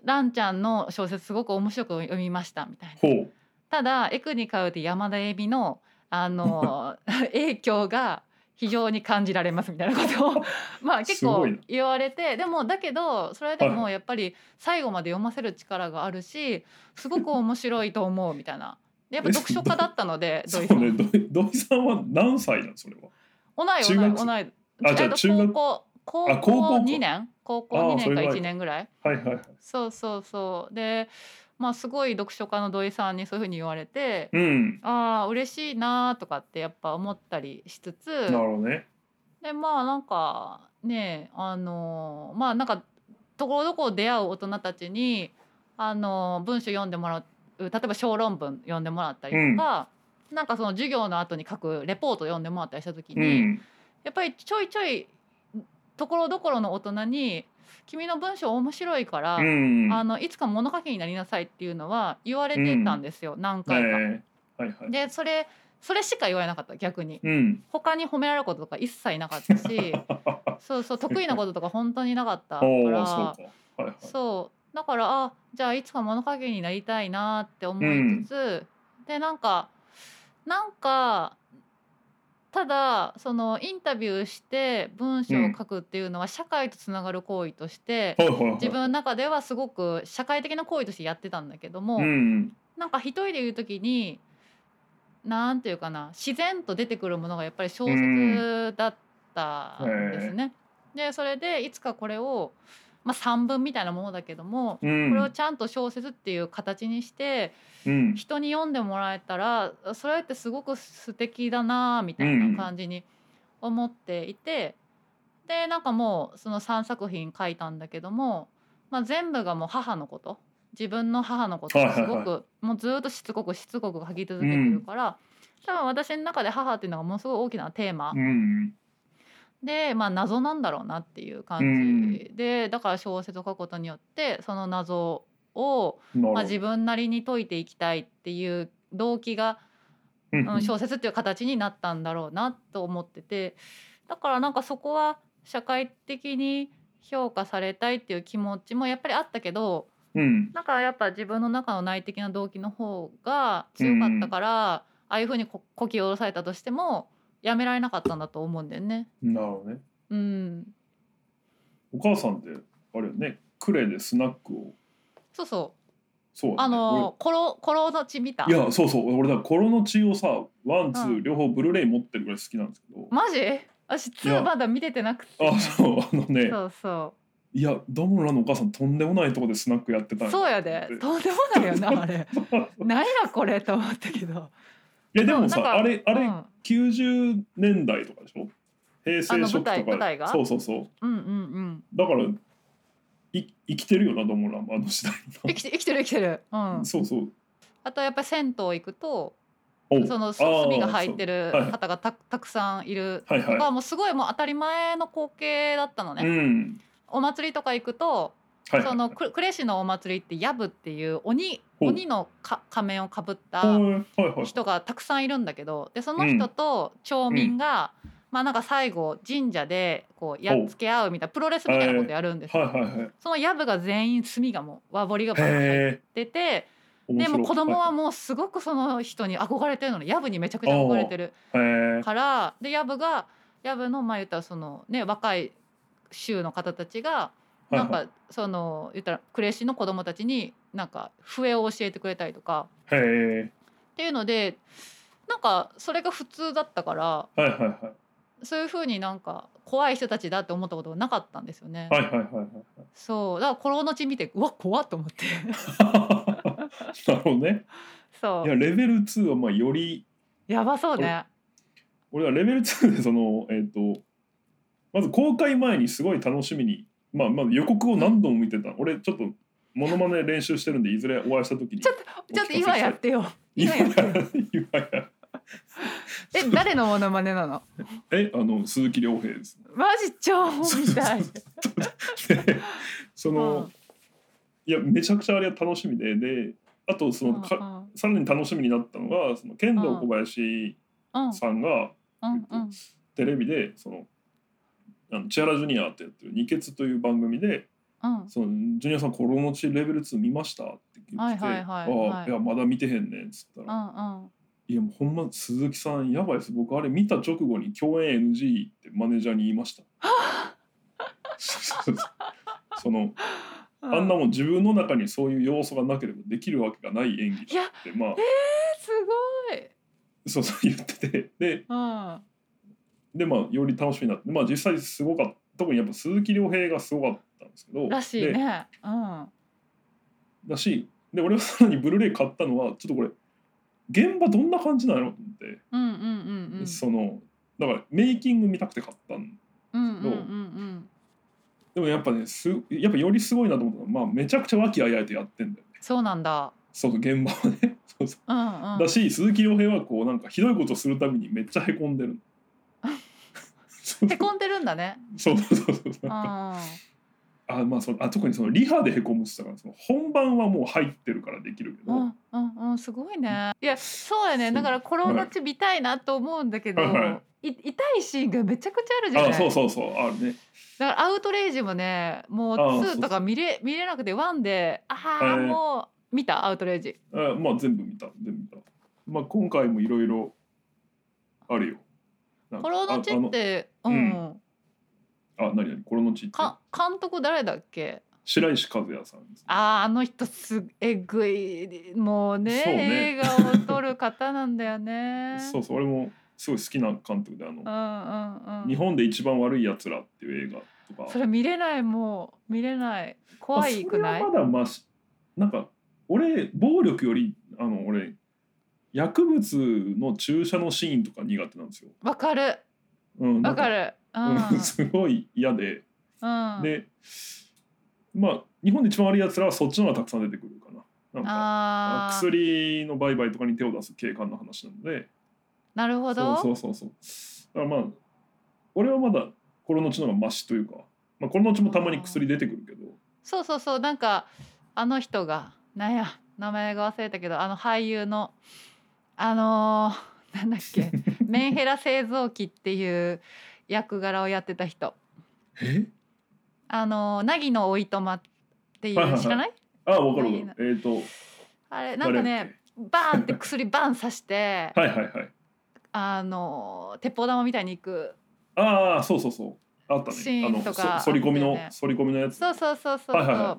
ランちゃんの小説すごく面白く読みましたみたいな。
ほう。
ただエクに通うて山田恵美の あの影響が非常に感じられますみたいなこ とをまあ結
すご
構
いな
言われてでもだけどそれで
はいは
もやっぱり最後まで読ませる力があるしすごく面白いと思うみたいな。でやっぱ読書家だったので
そ
土
う
井さん
ね。土井土井さんは何歳なんそれは。
同い
中学生
同い同い
あじゃあ
えっと
中学
高校
あ高
高
校か
校2年高校
あー
2
そ
年
れぐ
から
い
1年ぐらい
はいはいはい。
そうそうそうでまあすごい読書家の土井さんにそういうふうに言われて
うん。
ああ嬉しいなーとかってやっぱ思ったりしつつ
なるほどね。
でまあなんかねあのーまあなんかところどころ出会う大人たちにあのー文章読んでもらう例えば小論文読んでもらったりとか、なんかその授業の後に書くレポート読んでもらったりした時
う
に、
ん。
やっぱりちょいちょいところどころの大人に「君の文章面白いから、
うん。
あのいつか物書きになりなさい」っていうのは言われてたんですよ、何回か。
えーはいはい。
でそれそれしか言われなかった逆に
うん
他に褒められることとか一切なかったし そうそう得意なこととか本当になかったか
おお
ら
そうかはいはい
そうだからあじゃあいつか物陰になりたいなって思いつつ、でなんかなんかただそのインタビューして文章を書くっていうのは社会とつながる行為として、
はいはいはい
自分の中ではすごく社会的な行為としてやってたんだけども、
うん
なんか一人でいる時になんていうかな自然と出てくるものがやっぱり小説だったんですね。でそれでいつかこれを、まあ、散文みたいなものだけども、
うん
これをちゃんと小説っていう形にして
うん
人に読んでもらえたらそれってすごく素敵だなみたいな感じに思っていて、でなんかもうその3作品書いたんだけども、まあ、全部がもう母のこと自分の母のこと
はい
が
は
す
い
ごく、
はい
もうずっとしつこくしつこく書き続けてるから、多分私の中で母っていうのがものすごい大きなテーマ
うん
で、まあ、謎なんだろうなっていう感じで、だから小説を書くことによってその謎を
なるほ
まあ、
ど
自分なりに解いていきたいっていう動機が、
うん
うん、小説っていう形になったんだろうなと思っててだからなんかそこは社会的に評価されたいっていう気持ちもやっぱりあったけど
うん
だからやっぱ自分の中の内的な動機の方が強かったから、ああいうふうにここき下ろされたとしてもやめられなかったんだと思うんだよね。
なるほどね
うん、
お母さんってあれよねクレでスナックを
そうそう
そうだ
あ
ね
のコロコロの血見た
俺いやそうそう俺だからコロの血をさワンツ
う
ー
ん
両方ブルーレイ持ってるぐらい好きなんですけど、
マジ私
いや
2まだ見ててなくて
あそうあのね
そうそう
いやドムラのお母さんとんでもないとこでスナックやってたん
そうや で
って
とんでもない よなあれなんやこれと思ったけど
いやでも
なん
さ
か
あれあ
う
れ
ん、
90年代とかでしょ平成初期とか
あの舞台舞台が
そうそうそう
うんうんうん
だからい生きてるよなドムランもあの時代
生きて生きてる生きてるうん
のそうそう
あとやっぱり銭湯行くと
お
その
あー
炭が入ってる
そうはい
方がたたくさんいる
そうはい
とか、
は
もうすごいもう当たり前の光景だったの
い
ね、
うん
お祭りとか行くと、
はい
そのく呉市のお祭りってヤブっていう鬼
ほう
鬼のか仮面をかぶっ
はい
た
はいはい
人がたくさんいるんだけどでその人と町民が、まあなんか最後神社でこうやっつけ合うみたいなプロレスみたいなことやるんですよ、
はいはいはい
そのヤブが全員炭がもう和彫りがバーン入っ
へえ
てて
面
で
白い
もう子供はもうすごくその人に憧れてるのにヤブにめちゃくちゃ憧れてる
いへ
からでヤブがヤブのまあ言ったらそのね若い州の方たちが
え
なんかその言ったら呉市の子供たちになんか笛を教えてくれたりとか。
へえ
っていうのでなんかそれが普通だったから
はいはいはい
そういうふうになんか怖い人たちだって思ったことがなかったんですよね。
はいはいはい はい
そうだから「コロの血」見てうわ怖っと思って
なるほどね。
そ
いや
う
レベル2はまあより
やばそうね。
俺はレベル2でその えっ、とまず公開前にすごい楽しみに、まあ、まず予告を何度も見てた俺ちょっとモノマネ練習してるんでいずれお会いした時に
ちょっとちょっと今やってよ。今
今
や
や
ってよ。
今や
え誰のモノマネなの
えあの鈴木亮平です。
マジ超みたい。
でその、
うん
いやめちゃくちゃあれは楽しみでであとその、か
うん
さらに楽しみになったのがその剣道小林
うん
さんが
うんうん
テレビでそのあの千原ジュニアってやってる「二血」という番組で
うん
そのジュニアさん、コロのちレベル2見ましたって聞いてて、
はいはいはいはい
ああ、いや、まだ見てへんねんっつった
う
ら、
んうん
いや、もうほんま、鈴木さん、やばいです。僕、あれ見た直後に共演 NG ってマネージャーに言いま した。その、あんなもん自分の中にそういう要素がなければできるわけがない演技だって、まあ、
えすごい。
そうそう言ってて、で、
うん
で、まあ、より楽しみになって、まあ、実際すごかった。特にやっぱ鈴木亮平がすごかったんですけど、
らしい
で
ね。うん
だしで俺はさらにブルーレイ買ったのはちょっとこれ現場どんな感じなのと思って、
うんうんうんうん。
そのだからメイキング見たくて買ったん
うんうんうんうん。
でもやっぱねすやっぱよりすごいなと思ったのは、まあ、めちゃくちゃ和気あいあいとやってんだよね
そうなんだ。
そうそう現場はね そうそう
うんうん。
だし鈴木亮平はこうなんかひどいことするたびにめっちゃへこん でるのそう
へこんでるんだね。
そうそうそうそう
う
なんか
ん。
ああまあ、そのあ特にそのリハでへこむって言ってたからその本番はもう入ってるからできるけど、
うんうんうんすごいね。いやそうやね。
そう
だから転がち見たいなと思うんだけど、、
はいはい
痛いシーンがめちゃくちゃあるじゃない。
あそうそうそうあるね
だからアウトレイジもね、もう
あそうそう
2とか見れ見れなくて1で、ああ、
えー
もう見たアウトレイジ。
あまあ全部見た全部見た、まあ、今回もいろいろあるよなん
コ
か
ロノチって、う
の
ん、
ああ何何コロノチって
か監督誰だっけ？
白石和也さんです
あああの人すえぐいもうね
そうね
映画を撮る方なんだよね。
そうそう俺もすごい好きな監督であの、
うんうんうん。
日本で一番悪いやつら」っていう映画とか
それ見れないもう見れない
まあ
怖いくない
それはまだましなんか俺暴力よりあの俺薬物の注射のシーンとか苦手なんですよ。
わかる
うん、な
わ
んか
かるうん
うんすごい嫌で、
うん
でまあ日本で一番悪いやつらはそっちの方がたくさん出てくるかな。なんか
あー
薬の売買とかに手を出す警官の話なので
なるほど
そうそうそうそうだからまあ俺はまだこの後の方がマシというか、まあ、この後もたまに薬出てくるけど
そうそうそうなんかあの人がなんや名前が忘れたけどあの俳優のあのー なんだっ けメンヘラ製造機っていう役柄をやってた人
え
あのー凪のおいとまってい
はいはいは
う
い
知らない
ああ分かる分かるえっ、と
あれなんかねバーンって薬バン刺して、
誰だっけはいはいはい
あのー鉄砲玉みたいにいく
ああそうそうそうあった
シ
ね
ー
あ
ン
の
とか
そ反り込み
あっ
の
たよね
反り込みのやつ
そうそうそうそうそう、
はいはいは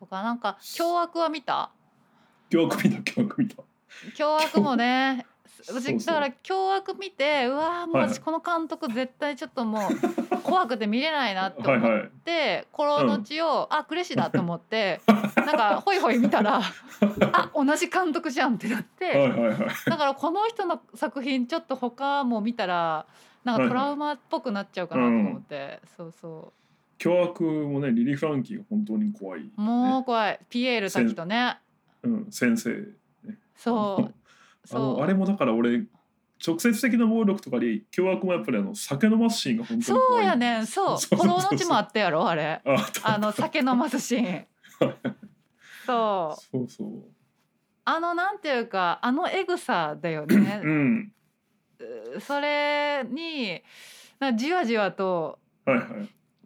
とかなんか凶悪は見た
凶悪見た凶悪見た
凶悪もね
そう
私
そう
だから凶悪見てうわーもう
はいはい
私この監督絶対ちょっともう怖くて見れないなって
はい
思っ
はい
てコロの血を、あクレシだと思ってなんかホイホイ見 たらあ同じ監督じゃんってなって、
はいはいはい
だからこの人の作品ちょっと他も見たらなんかトラウマっぽくなっちゃうかなと思って、そうそ
凶悪もねリリー・フランキーが本当に怖い、
うもう怖いピエール滝とね
うん、先生
そ
あ
うそう
のあれもだから俺直接的な暴力とかで凶悪もやっぱりあの酒飲ますシーンが本当に
そ
怖
う
い
や ねんそう
そうそうそ
コ
う
ロのちもあったやろあれ
ああった
あの酒飲ますシーンそう
そうそう
あのなんていうかあのエグさだよね
うん
それになんかじわじわと
はいはい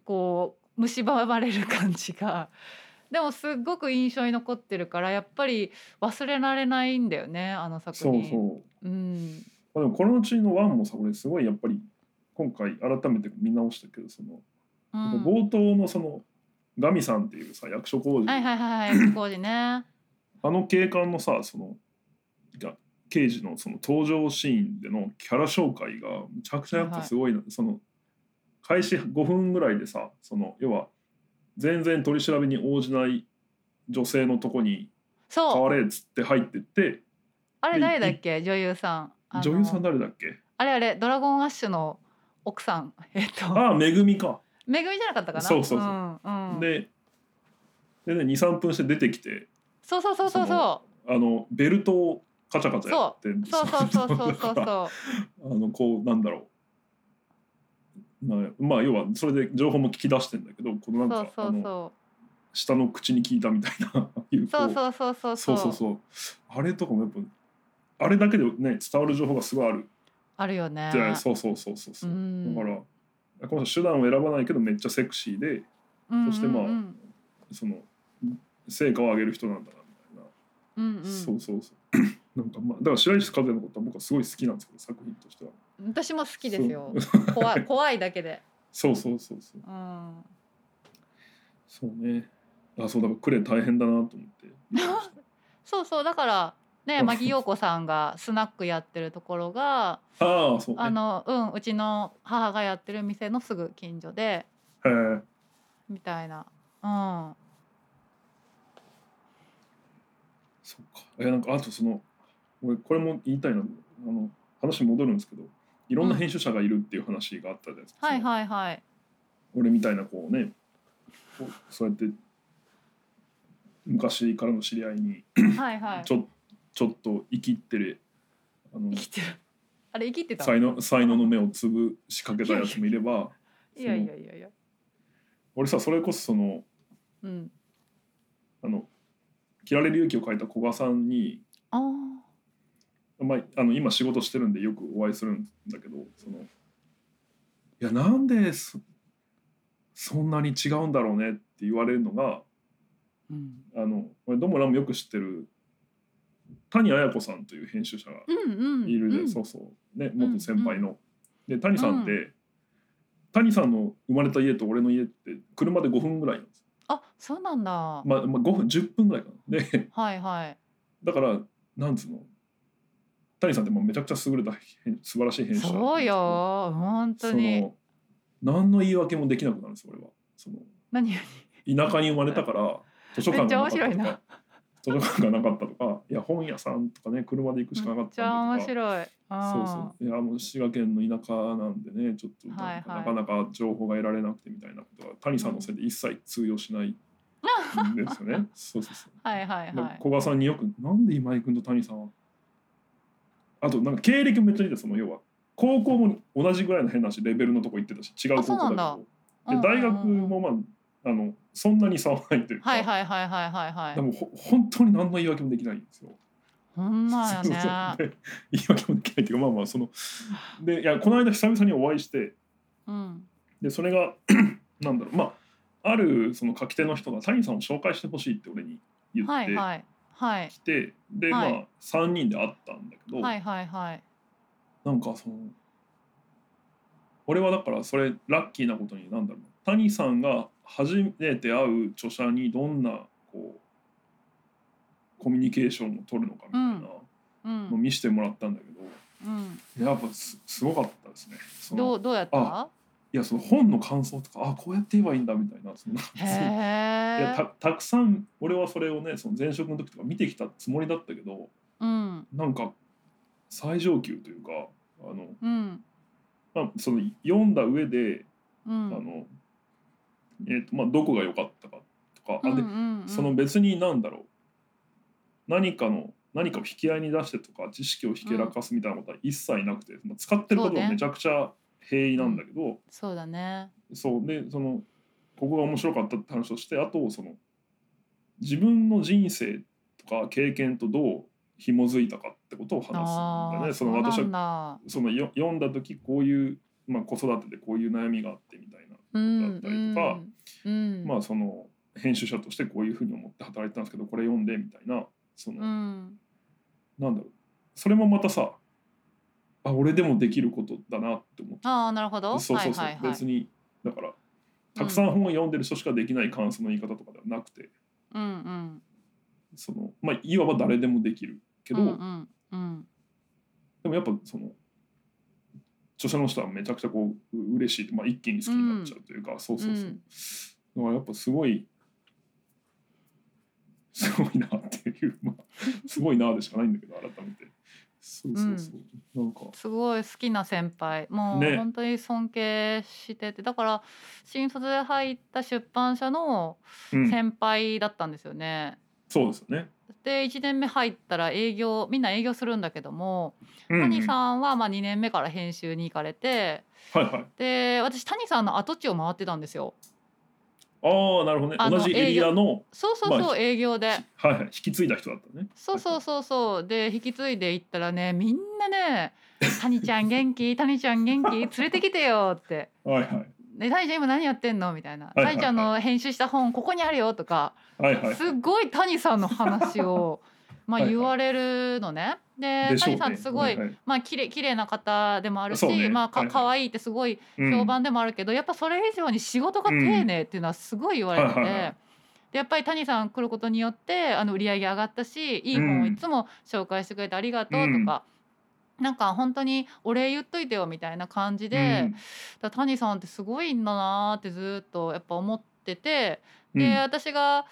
こう蝕まれる感じがでもすっごく印象に残ってるからやっぱり忘れられないんだよねあの作
そ
品
うそう
うん、
まあ、でもこのうちのワンもさ俺すごいやっぱり今回改めて見直したけどその、
う
やっぱ
ん、
冒頭のそのガミさんっていうさ役所工事、
はいはいはいはい工事ね
あの警官のさそのが刑事のその登場シーンでのキャラ紹介がむちゃくちゃやっぱすごいな、その開始5分ぐらいでさその要は全然取り調べに応じない女性のとこに「変
そう
われ」っつって入ってって
あれ誰だっけ女優さんあの
女優さん誰だっけ
あれあれドラゴンアッシュの奥さんえっと
ああめぐみか。
めぐみじゃなかったかな
そうそうそうん
うん
でで、ね、23分して出てきて
そうそうそうそ
そ
うそ
あのベルトをカチャカチャやってん
う
です
そうそうそうそうそう
だから
そ
あのこうなんだろうまあまあ要はそれで情報も聞き出してんだけどこのなん
う
か
そうそ
あ
う
の
そ
下の口に聞いたみたいな いう
うそう
こ
そうそうそう
うそうそうそうあれとかもやっぱあれだけでね伝わる情報がすごいある
あるよね
じゃないそうそうそうそうそうう、
ん
だからこの人手段を選ばないけどめっちゃセクシーでそしてまあ
うんうん
その成果を上げる人なんだなみたいな
うんうん
そうそう そう。なんかまあだから白石和也のことは僕はすごい好きなんですけど作品としては。
私も好きですよ怖い怖いだけで
そうそうそうそう。
うん
そうね。あそうだからクレ大変だなと思って。
そうそうだからね牧陽子さんがスナックやってるところが
ああそうね。
あのうんうちの母がやってる店のすぐ近所で
へえ
みたいなうん
そっか。えなんかあとその俺これも言いたいなあの話戻るんですけど。いろんな編集者がいるっていう話があったじゃないですか。
はいは いはい
俺みたいなこうね、こうそうやって昔からの知り合いに
はいはい
ちょちょっと生きってるあの
生きてるあれ生きてた
才能才能の目をつぶしかけたやつもいれば
いやいやいやいや
俺さそれこそその
うん、
あの「切られる勇気」を書いた古賀さんに、
ああ
まあ、あの今仕事してるんでよくお会いするんだけどそのいやなんでそそんなに違うんだろうねって言われるのが
うん
あの俺どもらもよく知ってる谷綾子さんという編集者が
うんうん
いるね、
うん
そうそうね元先輩の。で谷さんって、谷さんの生まれた家と俺の家って車で5分ぐらいなんです、
あそうなんだ、
まあまあ、5分10分ぐらいかな。で
はいはい
だからなんつうの谷さんってもうめちゃくちゃ優れた編素晴らしい編集者なんですけど
そうよ本当
そ
に
の何の言い訳もできなくなるんです俺は。その
何より
田舎に生まれたから図書館がなかった
めっ
と
ちゃ面白い
か
な
図書館がなかったとかいや本屋さんとかね車で行くしかなか
め
ったん
っ
で
ちゃ面
とか
白い
そうそういやもう滋賀県の田舎なんでねちょっと
はい
な
はい
んかなかなか情報が得られなくてみたいなことは谷さんのせいで一切通用しないんですよ ね。そうそうそう
はいはい
で
はい
古賀さんによく「なんで今井君と谷さんは?」あとなんか経歴もめっちゃいいですその要は高校も同じぐらいの変な話レベルのとこ行ってたし違う
あ
高
そう
校
なん
だ
だ
けどで大学も
うんうんうん
まああのそんなに差はないというか、
はいはいはいはいはいはい
でもほ本当に何の言い訳もできないんですよ。
ほんまや
そうそう
ね。
で言い訳もできないっていうかまあまあそのでいやこの間久々にお会いして
うん。
でそれが なんだろうまああるその書き手の人が谷さんを紹介してほしいって俺に言っ
はい
て
はいはい
きて、で、
はい
まあ3人で会ったんだけど、
はいはいはい。
なんかその俺はだからそれラッキーなことになんだろう谷さんが初めて会う著者にどんなこうコミュニケーションを取るのかみたいな
う
のを
ん
見せてもらったんだけど。
うん。
やっぱすすごかったですね。その
どうどうやっ
あ
た？
いやその本の感想とかあこうやって言えばいいんだみたいなその
へ
いや
え
た。たくさん俺はそれをねその前職の時とか見てきたつもりだったけど
うん
なんか最上級というかあの、
うん
まあ、その読んだ上で、
う
あ
ん。
のえーとまあ、どこが良かったかとか、あで
あ
その別に何だろう何かの何かを引き合いに出してとか知識をひけらかすみたいなことは一切なくて、まあ、使ってること
そう
は
ね
めちゃくちゃ平易なんだけど。
そうだね。
そうでそのここが面白かったって話をしてあとその自分の人生とか経験とどう紐づいたかってことを話すんだ
あ
よ
あ
ね。そ
そう
の
な
私
ん
は
だ。
そのよ読んだ時こういう、まあ、子育てでこういう悩みがあってみたいな、
うん
だったりとか
うん。
まあその編集者としてこういうふうに思って働いてたんですけどこれ読んでみたいなその、
うん
なんだろうそれもまたさあ俺でもできることだなって思って
ああなるほど。
そうそうそう、
はいはいはい
別。にだからたくさん本を読んでる人しかできない感想の言い方とかではなくて、
うんうん。
そのまあいわば誰でもできるけど、
うんうんうん。
でもやっぱその著者の人はめちゃくちゃこうう嬉しい、まあ、一気に好きになっちゃうというか、そうそうそう、
うん
だからやっぱすごいすごいなっていう、まあ、すごいなでしかないんだけど改めてそうそうそう、なんか
すごい好きな先輩も
ね
う本当に尊敬してて、だから新卒で入った出版社の
うん、
先輩だったんですよね。
そうですよね。
で1年目入ったら営業みんな営業するんだけども、
うん
谷さんはまあ2年目から編集に行かれて
はいはい。
で私谷さんの跡地を回ってたんですよ。
ああなるほどね。
あの
同じエリアの
そうそうそう、
まあ
営業で
はいはい引き継いだ人だったね。
そうそうそうそうで引き継いで行ったらねみん なね「谷ちゃん元気谷ちゃん元気連れてきてよ」って
はいはい
ね、タイちゃん今何やってんのみたいな「
いはいは
タ
い
イちゃんの編集した本ここにあるよ」とか
はいはい。
すごい谷さんの 話をまあ
はいはい
言われるのね。で
でしょうね
谷さんってすごい、
ははい
まあ綺麗綺麗な方でもあるし、
そうね
まあか
はいはい
可愛いってすごい
うん
評判でもあるけど、やっぱそれ以上に仕事が丁寧っていうのはすごい言われてて。
うんはいはいはい
でやっぱり谷さん来ることによってあの売り上げ上がったしいい本をいつも紹介してくれてありがとうとか、なんか本当にお礼言っといてよみたいな感じで、だから谷さんってすごいんだなーってずっとやっぱ思ってて
うん
で、
うん
私が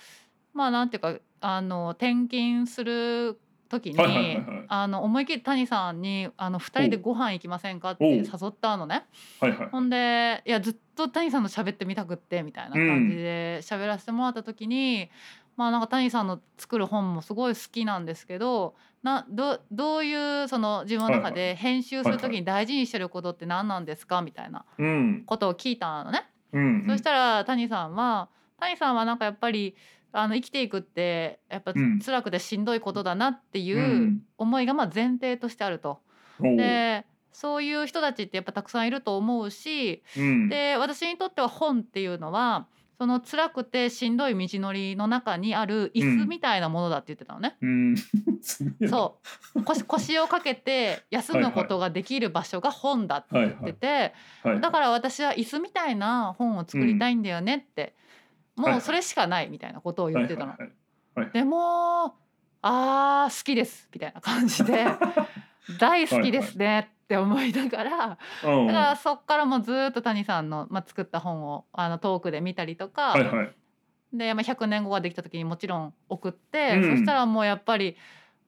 まあなんていうかあの転勤する時に、
はいはいはいはい
あの思い切り谷さんに「あの2人でご飯行きませんか?」って誘ったのね
はいはい。
ほんでいやずっと谷さんの喋ってみたくってみたいな感じで喋らせてもらった時に、まあなんか谷さんの作る本もすごい好きなんですけどなどどういうその自分の中
はい
で編集する時に大事にしてることって何なんですかみたいな
うん
ことを聞いたのね。
うん
そしたら谷さんは谷さんはなんかやっぱりあの生きていくってやっぱ
うん
辛くてしんどいことだなって
う
いうん思いがまあ前提としてあると。
おう
でそういう人たちってやっぱたくさんいると思うし
うん
で私にとっては本っていうのはその辛くてしんどい道のりの中にある椅子みたいなものだって言ってたのね。
うん、 すげえな
そう腰腰をかけて休むことができる場所が本だって言ってて、
はい、
だから私は椅子みたいな本を作りたいんだよねって、
んはい
も
は
う
い
それしかないみたいなことを言ってたの。
はいはいはい
でもあー好きですみたいな感じ で大好きですねって思いながら、
うん
だからそっからもうずーっと谷さんの、まあ、作った本をあのトークで見たりとか、
はいはい
で、まあ、100年後ができた時にもちろん送って、
うん
そしたらもうやっぱり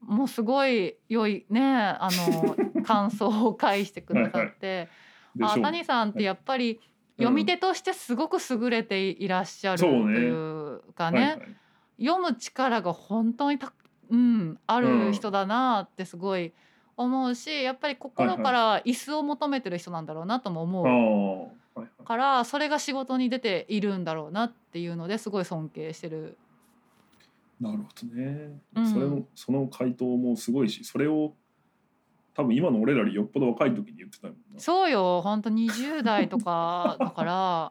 もうすごい良いね あの感想を返してくださって
でしょ
あ
う
谷さんってやっぱり
うん
読み手としてすごく優れていらっしゃると
そうね
いうかね,、
はいはい
読む力が本当にた、うん、ある人だなってすごい思うしやっぱり心から椅子を求めてる人なんだろうなとも思う。
あーはいはい
からそれが仕事に出ているんだろうなっていうのですごい尊敬してる。
なるほどね、
うん
それもその回答もすごいしそれを多分今の俺らよりよっぽど若い時に言ってたもんな
そうよ、本当20代とか だか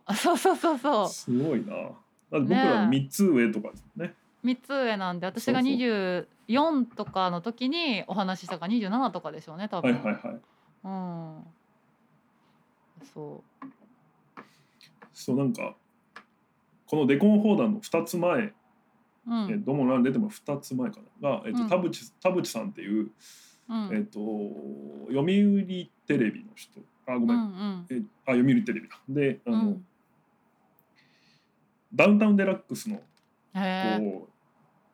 ら、そうそうそうそう、
すごいなだって僕ら
ね
3つ上とかですね
三つ上なんで私が
そうそう
24とかの時にお話ししたから27とかでしょうね、多
はい
分。
はいはい
うん。そ
そうなんかこのデコン砲弾の2つ前、
う、うん、
えどもなん出ても2つ前かなが、えっと
うん
田淵田淵さんっていう、
うん、
えっと読売テレビの人あご
う
めん、
ん
えあ読売テレビだであ
うん、う
の、
ん、
ダウンタウンデラックスの
へえ、
こ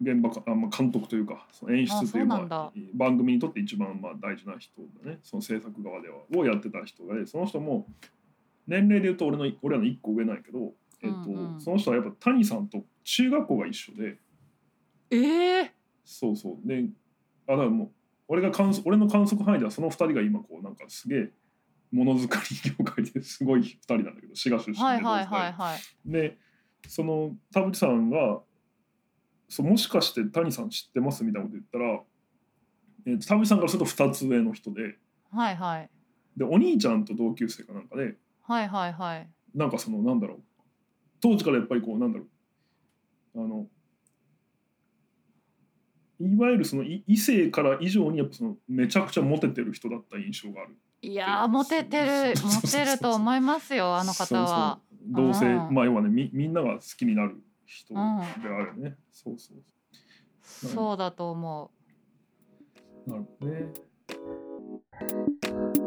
う現場かあまあ監督というかその演出
あ
とい
そう
う
なんだ
まあ番組にとって一番まあ大事な人だねその制作側ではをやってた人でその人も年齢でいうと俺の俺らの1個上なんやけど、えっと
うんうん
その人はやっぱ谷さんと中学校が一緒で
ええ、
そうそうであだからもう俺が観測俺の観測範囲ではその2人が今こうなんかすげえものづくり業界ですごい2人なんだけど滋賀出身で
はいはい
同世代
はいはい、
でその田淵さんがそう「もしかして谷さん知ってます?」みたいなこと言ったら、えーと田淵さんからすると2つ上の人で
はいはい、
でお兄ちゃんと同級生かなんかで
はいはいはい、
なんかそのなんだろう当時からやっぱりこうなんだろうあのいわゆるそのい異性から以上にやっぱそのめちゃくちゃモテてる人だった印象がある
いやーモテてる
そうそう
モテると思いますよあの方は。
そうそう同性
うん
まあ要はねみみんなが好きになる人
う
で
ん
あるよね、そうそう
そうう
そう
だと思う。
なるほどね。